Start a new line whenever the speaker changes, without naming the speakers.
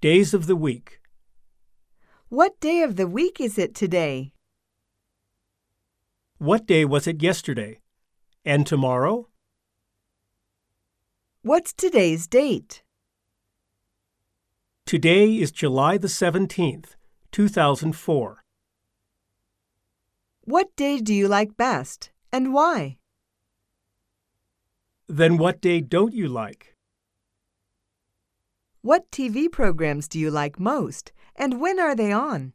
Days of the week.
What day of the week is it today?
What day was it yesterday? And tomorrow?
What's today's date?
Today is July the 17th, 2004.
What day do you like best and why?
Then what day don't you like?
What TV programs do you like most and when are they on?